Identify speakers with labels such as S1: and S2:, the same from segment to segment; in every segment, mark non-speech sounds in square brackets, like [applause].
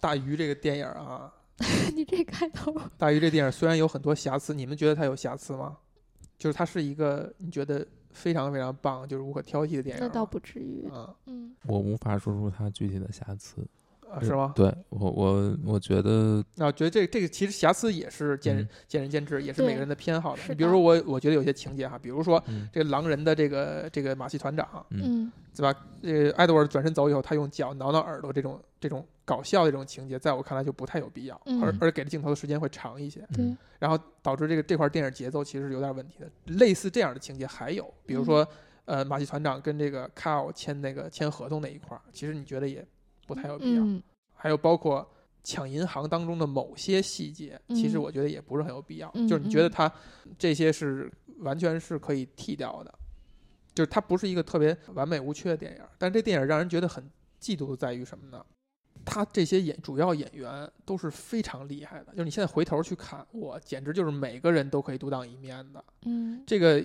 S1: 大鱼这个电影啊，
S2: [laughs] 你这开头，
S1: 大鱼这电影虽然有很多瑕疵，你们觉得它有瑕疵吗？就是它是一个你觉得非常非常棒，就是无可挑剔的电影吗。
S2: 那倒不至于。
S1: 啊
S2: 嗯，
S3: 我无法说出它具体的瑕疵，
S1: 啊是吗？
S3: 对我我我觉得
S1: 那我觉得这这个其实瑕疵也是见
S3: 嗯
S1: 仁见仁见智，也是每
S2: 对
S1: 个人的偏好的。
S2: 是
S1: 你比
S2: 的
S1: 如说我，我觉得有些情节哈，比如说
S3: 嗯
S1: 这个狼人的这个这个马戏团长，
S2: 嗯
S1: 对吧？呃，艾德沃转身走以后，他用脚挠挠耳朵，这种这种搞笑的这种情节，在我看来就不太有必要，
S2: 嗯
S1: 而而给的镜头的时间会长一些，
S2: 对
S3: 嗯，
S1: 然后导致这个这块电影节奏其实是有点问题的。类似这样的情节还有，比如说、呃，马戏团长跟这个 Cow 签那个签合同那一块儿，其实你觉得也不太有必要。
S2: 嗯
S1: 还有包括抢银行当中的某些细节，
S2: 嗯
S1: 其实我觉得也不是很有必要。
S2: 嗯
S1: 就是你觉得它这些是完全是可以剃掉的，就是它不是一个特别完美无缺的电影。但这电影让人觉得很嫉妒的在于什么呢？他这些演主要演员都是非常厉害的，就是你现在回头去看，我简直就是每个人都可以独当一面的。
S2: 嗯
S1: 这个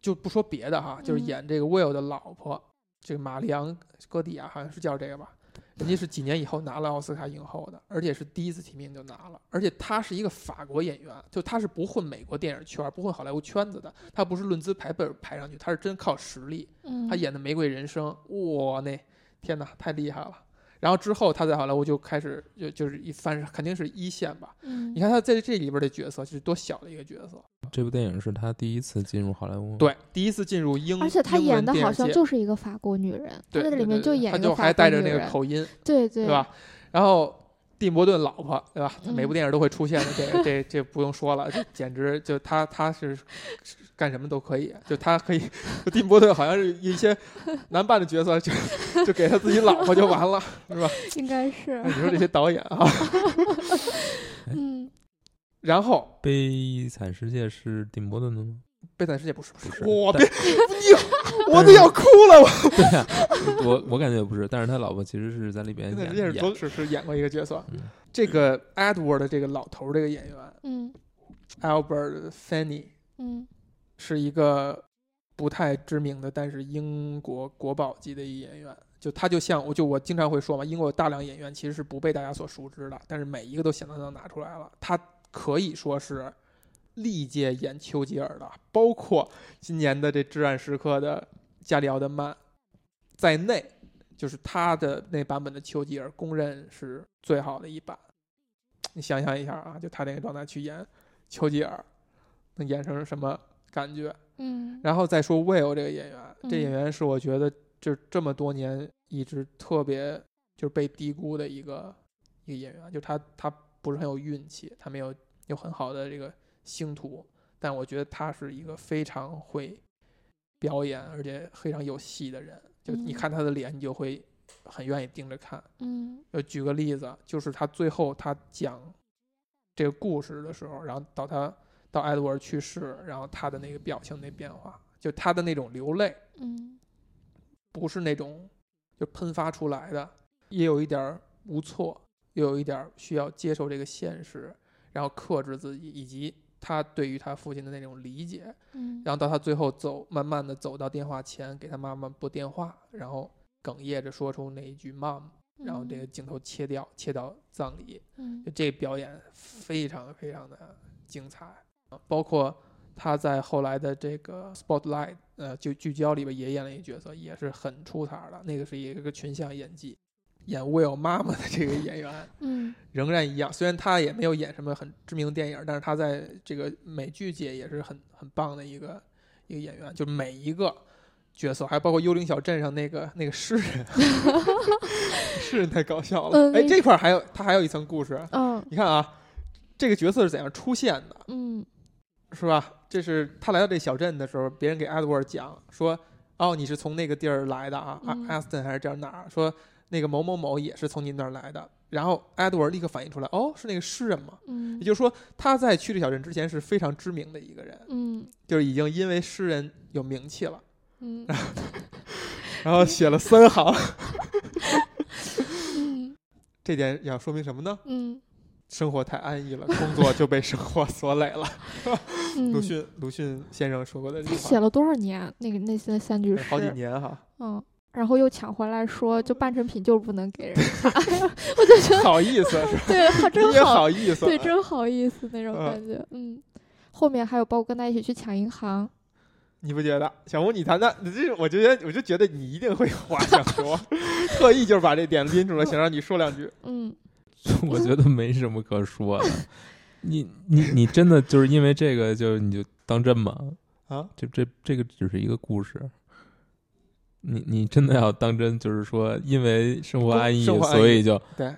S1: 就不说别的哈，就是
S2: 嗯
S1: 演这个 Will 的老婆，这个玛丽昂·戈蒂亚好像是叫这个吧，人家是几年以后拿了奥斯卡影后的，而且是第一次提名就拿了，而且她是一个法国演员，就她是不混美国电影圈儿、不混好莱坞圈子的，她不是论资排辈儿排上去，她是真靠实力。
S2: 嗯，
S1: 她演的《玫瑰人生》，哇那天哪，太厉害了！然后之后她在好莱坞就开始就就是一翻，肯定是一线吧。
S2: 嗯，
S1: 你看她在这里边的角色，就是多小的一个角色。
S3: 这部电影是他第一次进入好莱坞，，
S1: 对，第一次进入英，
S2: 而且她
S1: 英文
S2: 演的
S1: 电
S2: 好
S1: 影
S2: 像
S1: 界
S2: 就是一个法国女人，她
S1: 对
S2: 在
S1: 对
S2: 里面
S1: 对对
S2: 演
S1: 他
S2: 一个
S1: 就
S2: 法
S1: 还
S2: 国
S1: 带
S2: 女
S1: 着那个
S2: 人，
S1: 口音，
S2: 对对
S1: 对吧？？然后蒂伯顿老婆，对吧？
S2: 嗯
S1: 每部电影都会出现的，这个这这不用说了，这简直就他他是是干什么都可以，就他可以，就蒂伯顿好像是一些男扮的角色，就就给他自己老婆就完
S2: [laughs]
S1: 了，是吧？
S2: 应该是
S1: [laughs] 哎，你说这些导演啊，
S2: 嗯
S1: 然后
S3: 《悲惨世界》是蒂姆·伯顿
S1: [laughs]
S3: 的吗？
S1: 悲惨世界不是不
S3: 不是
S1: 我
S3: 但
S1: 别你，我都要哭了，我
S3: 对呀、我我感觉也不是，但是他老婆其实是在里边
S1: 悲惨世
S3: 演
S1: 界是
S3: 演
S1: 多是是演过一个角色
S3: 嗯，
S1: 这个 Edward 的这个老头儿这个演员
S2: 嗯
S1: Albert Finney。
S2: 嗯
S1: 是一个不太知名的，但是英国国宝级的一演员。就他就像我就我经常会说嘛，英国有大量演员其实是不被大家所熟知的，但是每一个都响当当拿出来了。他可以说是历届演丘吉尔的，包括今年的这《至暗时刻》的加里奥德曼在内，就是他的那版本的丘吉尔公认是最好的一版。你想想一下啊，就他那个状态去演丘吉尔，能演成什么感觉？
S2: 嗯，
S1: 然后再说 Will 这个演员，这
S2: 嗯
S1: 演员是我觉得就这么多年一直特别就是被低估的一个一个演员，就他他不是很有运气，他没有有很好的这个星途，但我觉得他是一个非常会表演而且非常有戏的人，就你
S2: 嗯
S1: 看他的脸，你就会很愿意盯着看。
S2: 嗯
S1: 呃，举个例子，就是他最后他讲这个故事的时候，然后到他到艾德沃去世，然后他的那个表情那变化，就他的那种流泪，
S2: 嗯
S1: 不是那种就喷发出来的，也有一点儿无措，又有一点儿需要接受这个现实，然后克制自己，以及他对于他父亲的那种理解，
S2: 嗯，
S1: 然后到他最后走，慢慢的走到电话前，给他妈妈拨电话，然后哽咽着说出那一句 “mom”。然后这个镜头切掉，切到葬礼，
S2: 嗯
S1: 就这个表演非常非常的精彩，啊包括他在后来的这个 Spotlight，呃，就聚焦里边也演了一个角色，也是很出彩儿的，那个是一个群像演技，演 Will 妈妈的这个演员
S2: 嗯
S1: 仍然一样，虽然他也没有演什么很知名的电影，但是他在这个美剧界也是很很棒的一个一个演员，就每一个角色，还包括《幽灵小镇》上那个那个诗人，诗人太搞笑了
S2: 嗯。
S1: 哎，
S2: 那
S1: 这块儿还有他还有一层故事，
S2: 嗯
S1: 你看啊，这个角色是怎样出现的，
S2: 嗯
S1: 是吧？这是他来到这小镇的时候，别人给艾德沃尔讲说，哦，你是从那个地儿来的啊，阿
S2: 嗯
S1: 阿斯顿还是叫哪儿？说那个某某某也是从您那儿来的。然后艾德沃尔立刻反应出来，哦，是那个诗人嘛？
S2: 嗯
S1: 也，就是说，他在去这小镇之前是非常知名的一个人，
S2: 嗯
S1: 就是已经因为诗人有名气了，
S2: 嗯
S1: 然后写了三行。
S2: 嗯
S1: [laughs] 这点要说明什么呢？
S2: 嗯，
S1: [laughs] 生活太安逸了，工作就被生活所累了。鲁
S2: 嗯
S1: 迅，鲁迅先生说过的这句
S2: 他写
S1: 话，
S2: 了多少年啊？那个那些三句
S1: 好几
S2: [laughs] 诗，
S1: 年哈。
S2: 嗯然后又抢回来说，就半成品就是不能
S1: [laughs]
S2: 给人看， [laughs] 我就觉得
S1: 好意
S2: [laughs]
S1: 思是吧？
S2: 对，好真
S1: 也
S2: 好，
S1: 好意思，
S2: 对，真好意思那种
S1: 嗯
S2: 感觉。嗯，后面还有包括跟他一起去抢银行，
S1: 你不觉得？小红，你谈谈，你这我觉得，我就觉得你一定会有话想
S2: [laughs]
S1: 说，特意就是把这点拎出来，想让你说两句。
S2: 嗯，
S3: [laughs] 我觉得没什么可说的。你你你真的就是因为这个就你就当真吗？
S1: 啊，
S3: 这这这个只是一个故事。你你真的要当真，就是说，因为生活安逸，
S1: 生活安逸哦
S3: 所以就
S1: 对，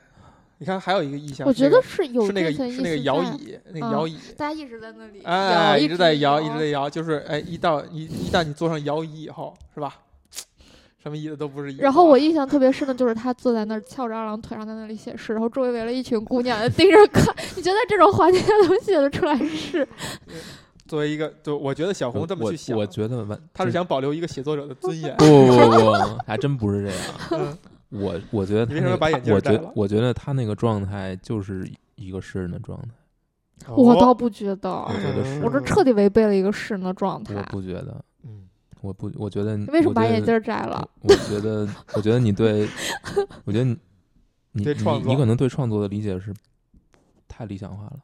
S1: 你看还有一个意象，
S2: 我
S1: 啊是那
S2: 觉
S1: 个
S2: 得是有
S1: 是那个
S2: 这层意
S1: 是那个
S2: 识
S1: 摇
S2: 在，
S1: 椅，那个
S2: 啊
S1: 摇椅，
S2: 大家一直在那里
S1: 哎，一直在摇，
S2: 摇，
S1: 一直在摇，就是哎，一到一一旦你坐上摇椅以后，是吧？ [laughs] 什么椅子都不是椅子了。
S2: 然后我印象特别深的就是他坐在那儿翘着二郎腿，然后在那里写诗，然后周围围了一群姑娘盯着看。 [laughs] 你觉得这种环境他能写得出来诗？
S1: 作为一个，就我觉得小红这么
S3: 呃我
S1: 去想，
S3: 我觉得完，
S1: 他是
S3: 这
S1: 想保留一个写作者的尊
S2: [laughs]
S1: 严。
S3: [laughs] 不不不，还真不是这样。
S1: 嗯
S3: 我我觉得
S1: 你
S3: 他
S1: 为什么
S3: 那个
S1: 把
S3: 他
S1: 眼镜
S3: 我
S1: 戴
S3: 觉
S1: 了
S3: 我觉得他那个状态就是一个诗人的状态，
S2: 我
S1: 哦
S2: 倒不觉得，
S3: 我
S1: 嗯
S3: 觉得是，
S2: 我这彻底违背了一个诗人的状态
S3: 我。不觉得，
S1: 嗯，
S3: 我不我觉得你
S2: 你为什么把
S3: 我觉得
S2: 眼镜摘了？
S3: 我我觉得，我觉得
S2: [laughs]
S3: 你对，我觉得你你
S1: 对创
S3: 你
S1: 作
S3: 你可能对创作的理解是太理想化了，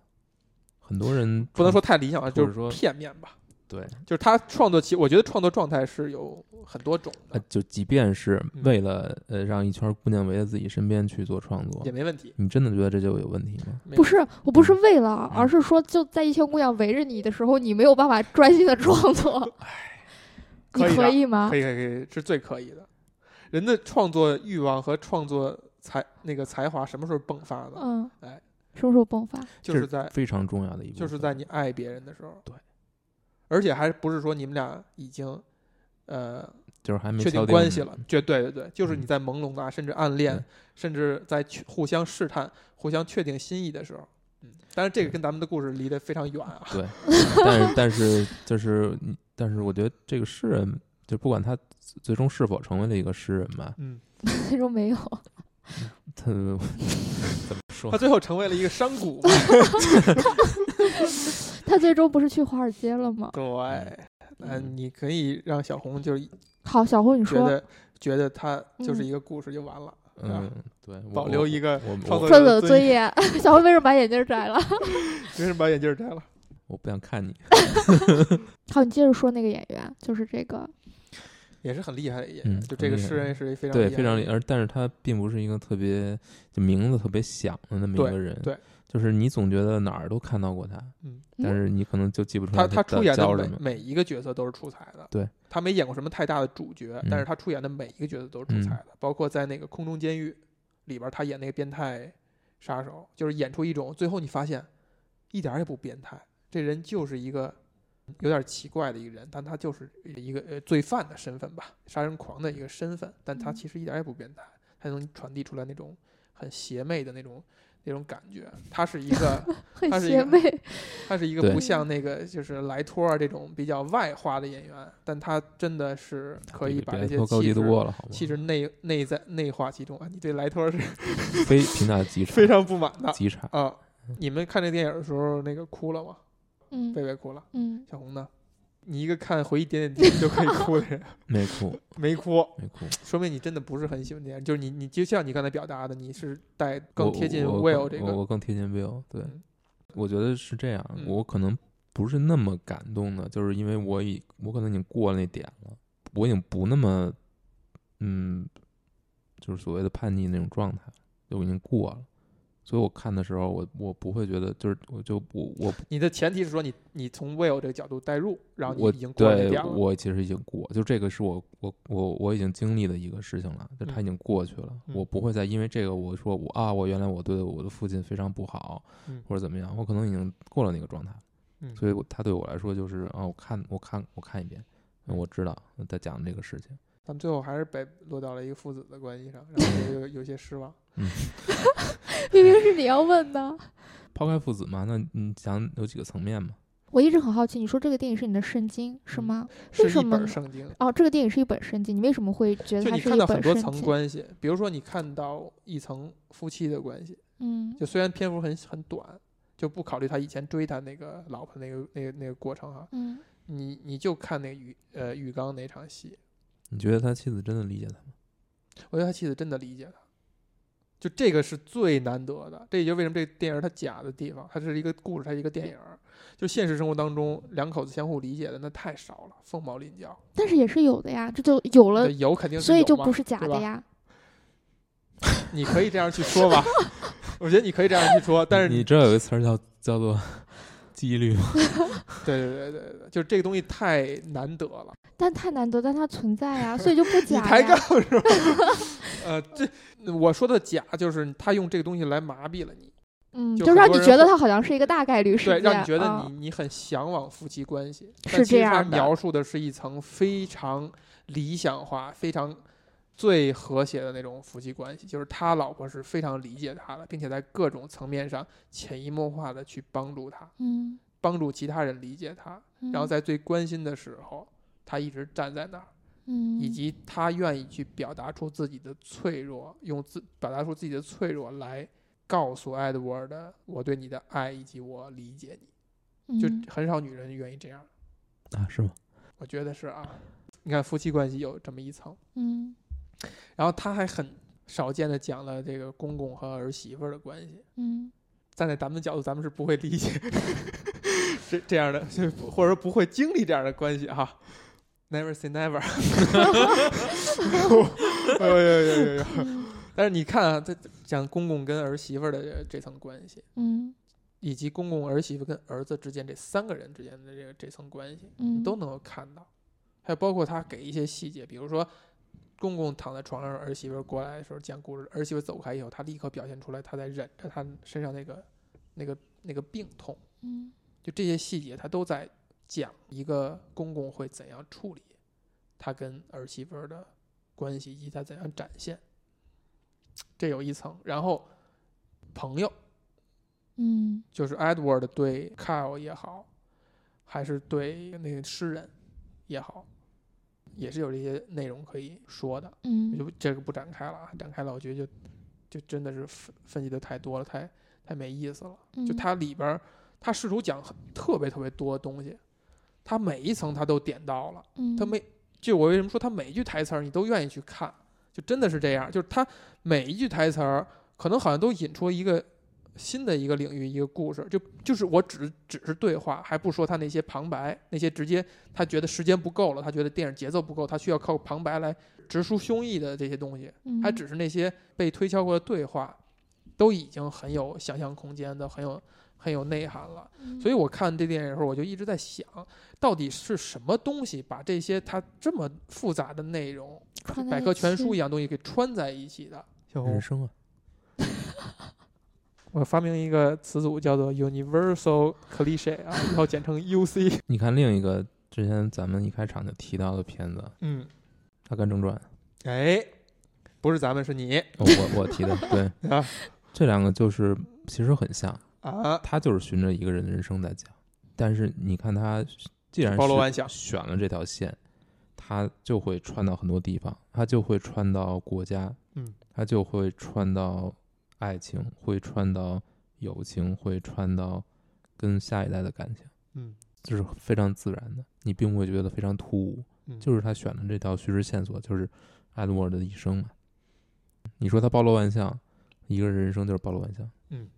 S3: 很多人
S1: 不能
S3: 创
S1: 说太理想了，
S3: 或者
S1: 就是
S3: 说
S1: 片面吧。
S3: 对，
S1: 就是他创作其，我觉得创作状态是有很多种
S3: 呃
S1: 的，，
S3: 就即便是
S1: 嗯
S3: 为了呃让一圈姑娘围在自己身边去做创作
S1: 也，没问题。
S3: 你真的觉得这就有问题吗？
S1: 没
S2: 不
S1: 有
S2: 是，我不是
S1: 嗯
S2: 为了，而是说就在一群姑娘围着你的时候，你没有办法专心的创作。你
S1: 嗯哎可以的啊
S2: 可以吗
S1: 可？以可以可以，是最可以的。人的创作欲望和创作才那个才华什么时候迸发的？
S2: 嗯
S1: 哎，
S2: 什么时候迸发？ [laughs]
S1: 就是在
S3: 非常重要的一部
S1: 就
S3: 分，
S1: 是在你爱别人的时候。
S3: 对，
S1: 而且还不是说你们俩已经呃
S3: 就是还没
S1: 确定
S3: 敲定
S1: 关系
S3: 呢
S1: 了，绝对对对，就是
S3: 嗯
S1: 你在朦胧的啊，甚至暗恋
S3: 对，
S1: 甚至在去互相试探、互相确定心意的时候。嗯，但是这个跟咱们的故事离得非常远啊。
S3: [laughs] 对， [laughs] 但是但是就是，你但是我觉得这个诗人，就不管他最最终是否成为了一个诗人吧，
S1: 嗯，
S2: 那时候没有，
S3: 他怎 [laughs] 么说哦
S1: 他？最后成为了一个山谷
S3: [laughs]
S1: 嘛。
S2: 他最终不是去华尔街了吗？
S1: 对，哎那
S3: 嗯
S1: 你可以让小红就是
S2: 好，小红，你
S1: 觉
S2: 说
S1: 得觉得它就是
S2: 嗯
S1: 一个故事就完了，
S3: 嗯，对，我
S1: 啊保留一个
S3: 我
S1: 创作
S3: 我
S2: 创
S1: 者
S2: 作的
S1: 的
S2: 尊
S1: 严。
S2: 严。 [laughs] 小红为什么把眼镜摘了？
S1: 为什么把眼镜摘了？
S3: 我不想看你。
S2: 好，你接着说那个演员，就是这个，
S1: 也是很厉害的演员，
S3: 嗯
S1: 就这个
S3: 很厉害
S1: 诗人是非常
S3: 对，
S1: 害
S3: 非常
S1: 的
S3: 厉害，而但是他并不是一个特别就名字特别响的那么一
S1: 对
S3: 个人，
S1: 对
S3: 就是你总觉得哪儿都看到过他，
S1: 嗯
S3: 但是你可能就记不出
S1: 他
S3: 来
S1: 他出演的
S3: 叫
S1: 每
S3: 什么，
S1: 每一个角色都是出彩的，
S3: 对，
S1: 他没演过什么太大的主角，但
S3: 嗯
S1: 是他出演的每一个角色都是出彩的，包括在那个空中监狱里边，他演那个变态杀手，就是演出一种最后你发现一点儿也不变态，这人就是一个有点奇怪的一个人，但他就是一个呃罪犯的身份吧，杀人狂的一个身份，但他
S2: 嗯
S1: 其实一点儿也不变态，他能传递出来那种很邪魅的那种那种感觉，他是一个。
S2: 很
S1: 他是一
S2: 邪
S1: 个
S2: 魅。
S1: [laughs] 他是一个
S3: 对
S1: 不像那个就是莱托啊尔这种比较外化的演员，但他真的是可以
S3: 啊比
S1: 把
S3: 比
S1: 这
S3: 莱
S1: 些
S3: 托高
S1: 气
S3: 级
S1: 质
S3: 多了，好吗？
S1: 气质内内在内化其中啊。你对莱托尔
S3: [laughs]
S1: 是
S3: 非评价极差，
S1: 非常不满的
S3: 极差。
S1: 啊！你们看这电影的时候，那个哭了吗？
S2: 嗯
S1: 贝贝哭了， [laughs]
S2: 嗯，
S1: 小红呢？你一个看《回忆点点滴》就可以哭的人，
S3: 没哭，
S1: 没哭，
S3: 没哭。
S1: 说明你真的不是很喜欢电影。就是你，你就像你刚才表达的，你是带更
S3: 我
S1: 贴近
S3: 我
S1: Will
S3: 更
S1: 这
S3: 我
S1: 个，
S3: 我更贴近 Will。对
S1: 嗯，
S3: 我觉得是这样
S1: 嗯，
S3: 我可能不是那么感动的，就是因为我已我可能已经过了那点了，我已经不那么嗯，就是所谓的叛逆那种状态，就我已经过了。所以我看的时候，我我不会觉得，就是我就我我
S1: 你的前提是说你你从 Will 这个角度代入，然后你
S3: 我
S1: 已经过了那
S3: 对
S1: 点儿了。
S3: 我其实已经过，就这个是我我我我已经经历的一个事情了，就它已经过去了，
S1: 嗯
S3: 我不会再因为这个我说我啊，我原来我对我的父亲非常不好，
S1: 嗯
S3: 或者怎么样，我可能已经过了那个状态，
S1: 嗯
S3: 所以我他对我来说就是啊，我看我看我看一遍，
S1: 嗯
S3: 我知道在讲这个事情，
S1: 咱们最后还是被落到了一个父子的关系上，然后有有有些失
S2: [laughs]
S1: 望。
S2: 明明是你要问的。
S3: 抛开父子嘛，那你想有几个层面嘛？
S2: 我一直很好奇，你说这个电影是你的圣经是
S1: 嗯
S2: 吗？为
S1: 是
S2: 什
S1: 一
S2: 么
S1: 本
S2: 呢
S1: 圣经，
S2: 哦，这个电影是一本圣经，你为什么会觉得
S1: 就
S2: 它
S1: 你
S2: 是
S1: 看
S2: 一
S1: 到很
S2: 本
S1: 多
S2: 圣
S1: 层
S2: 经？
S1: 关系，比如说你看到一层夫妻的关系，
S2: 嗯
S1: 就虽然篇幅很很短，就不考虑他以前追他那个老婆那个那个那个过程啊，
S2: 嗯，
S1: 你你就看那个浴呃浴缸那场戏，
S3: 你觉得他妻子真的理解他吗？
S1: 我觉得他妻子真的理解他，就这个是最难得的。这也就是为什么这电影它假的地方，它是一个故事，它是一个电影儿。就现实生活当中，两口子相互理解的那太少了，凤毛麟角。
S2: 但是也是有的呀，这就有了
S1: 那，有肯定是
S2: 所以
S1: 有
S2: 就
S1: 嘛
S2: 不是假
S1: 对
S2: 的
S1: 吧
S2: 呀。
S1: 你可以这样去说
S2: [laughs]
S1: 吧，我觉得你可以这样去说，但是
S3: 你知道有个词儿叫叫做几率吗？
S1: 对对对对对，就是这个东西太难得了，
S2: 但太难得，但它存
S1: [laughs]
S2: 在呀，所以就不
S1: 你
S2: 假
S1: 抬
S2: 呀
S1: 杠。是吧？ [laughs] 呃，这我说的假就是他用这个东西来麻痹了你，
S2: 嗯，
S1: 就
S2: 就
S1: 很
S2: 让
S1: 多
S2: 你
S1: 人
S2: 觉得
S1: 会
S2: 它好像是一个大概率事
S1: 对，
S2: 件，
S1: 让你觉得
S2: 嗯
S1: 你你很向往夫妻关系，但
S2: 是
S1: 其
S2: 这
S1: 实它
S2: 样的
S1: 描述的是一层非常理想化、非常最和谐的那种夫妻关系，就是他老婆是非常理解他的，并且在各种层面上潜移默化的去帮助他，
S2: 嗯，
S1: 帮助其他人理解他，然后
S2: 嗯
S1: 在最关心的时候，他一直站在那儿。
S2: 嗯
S1: 以及他愿意去表达出自己的脆弱，用自表达出自己的脆弱来告诉 Edward 我对你的爱以及我理解你，就 [laughs]
S2: 嗯
S1: 很少女人愿意这样，
S3: 啊，是吗？
S1: 我觉得是啊。你看夫妻关系有这么一层，
S2: 嗯
S1: 然后他还很少见的讲了这个公公和儿媳妇儿的关系。 [laughs]
S2: 嗯
S1: 站在咱们的角度，咱们是不会理解 [laughs] 这这样的， [laughs] 就是或者说不会经历这样的关系哈。Never say never 哎 [laughs] 呦。有有有有有。 [laughs]
S2: 嗯
S1: 但是你看啊，这讲公公跟儿媳妇儿的这这层关系，
S2: 嗯
S1: 以及公公、儿媳妇跟儿子之间这三个人之间的这个这层关系，你
S2: 嗯，
S1: 都能够看到。还有包括他给一些细节，比如说公公躺在床上，儿媳妇儿过来的时候讲故事，儿媳妇儿走开以后，他立刻表现出来他在忍着他身上那个那个那个病痛，
S2: 嗯
S1: 就这些细节，他都在讲一个公公会怎样处理他跟儿媳妇儿的关系，以及他怎样展现。这有一层，然后朋友
S2: 嗯
S1: 就是 Edward 对 Kyle 也好，还是对那个诗人也好，也是有这些内容可以说的。
S2: 嗯，
S1: 就这个不展开了啊，展开了我觉得就就真的是分分析的太多了，太太没意思了。就
S2: 嗯
S1: 它里边儿，它试图讲很特别特别多的东西，它每一层它都点到了，它
S2: 嗯
S1: 每就我为什么说它每一句台词儿你都愿意去看，就真的是这样，就是它每一句台词儿可能好像都引出一个新的一个领域一个故事，就就是我只只是对话，还不说他那些旁白，那些直接他觉得时间不够了，他觉得电影节奏不够，他需要靠旁白来直抒胸臆的这些东西，还
S2: 嗯
S1: 只是那些被推敲过的对话，都已经很有想象空间的，很有很有内涵了。
S2: 嗯
S1: 所以我看这电影的时候，我就一直在想，到底是什么东西把这些它这么复杂的内容，
S2: 穿在
S1: 百
S2: 一
S1: 科全书
S2: 起
S1: 一样东西给穿在一起的？小
S3: 人生啊，
S1: 我发明一个词组叫做 universal cliche 啊， [laughs] 以后简称 UC。
S3: 你看另一个之前咱们一开场就提到的片子《
S1: [laughs] 嗯，
S3: 大干正传》 [laughs]
S1: 哎，不是咱们是你
S3: 哦，我我提的，对，
S1: 啊
S3: 这两个就是其实很像，
S1: 啊，
S3: 他就是循着一个人的人生在讲，但是你看他既然
S1: 包罗
S3: 是
S1: 万象
S3: 选了这条线，他就会穿到很多地方，他就会穿到国家，
S1: 嗯，
S3: 他就会穿到爱情，会穿到友情，会穿到跟下一代的感情，
S1: 嗯
S3: 这是非常自然的，你并不会觉得非常突兀，
S1: 嗯
S3: 就是他选的这条叙事线索，就是艾德沃尔的一生嘛。你说他包罗万象，一个人人生就是包罗万象，
S1: 嗯，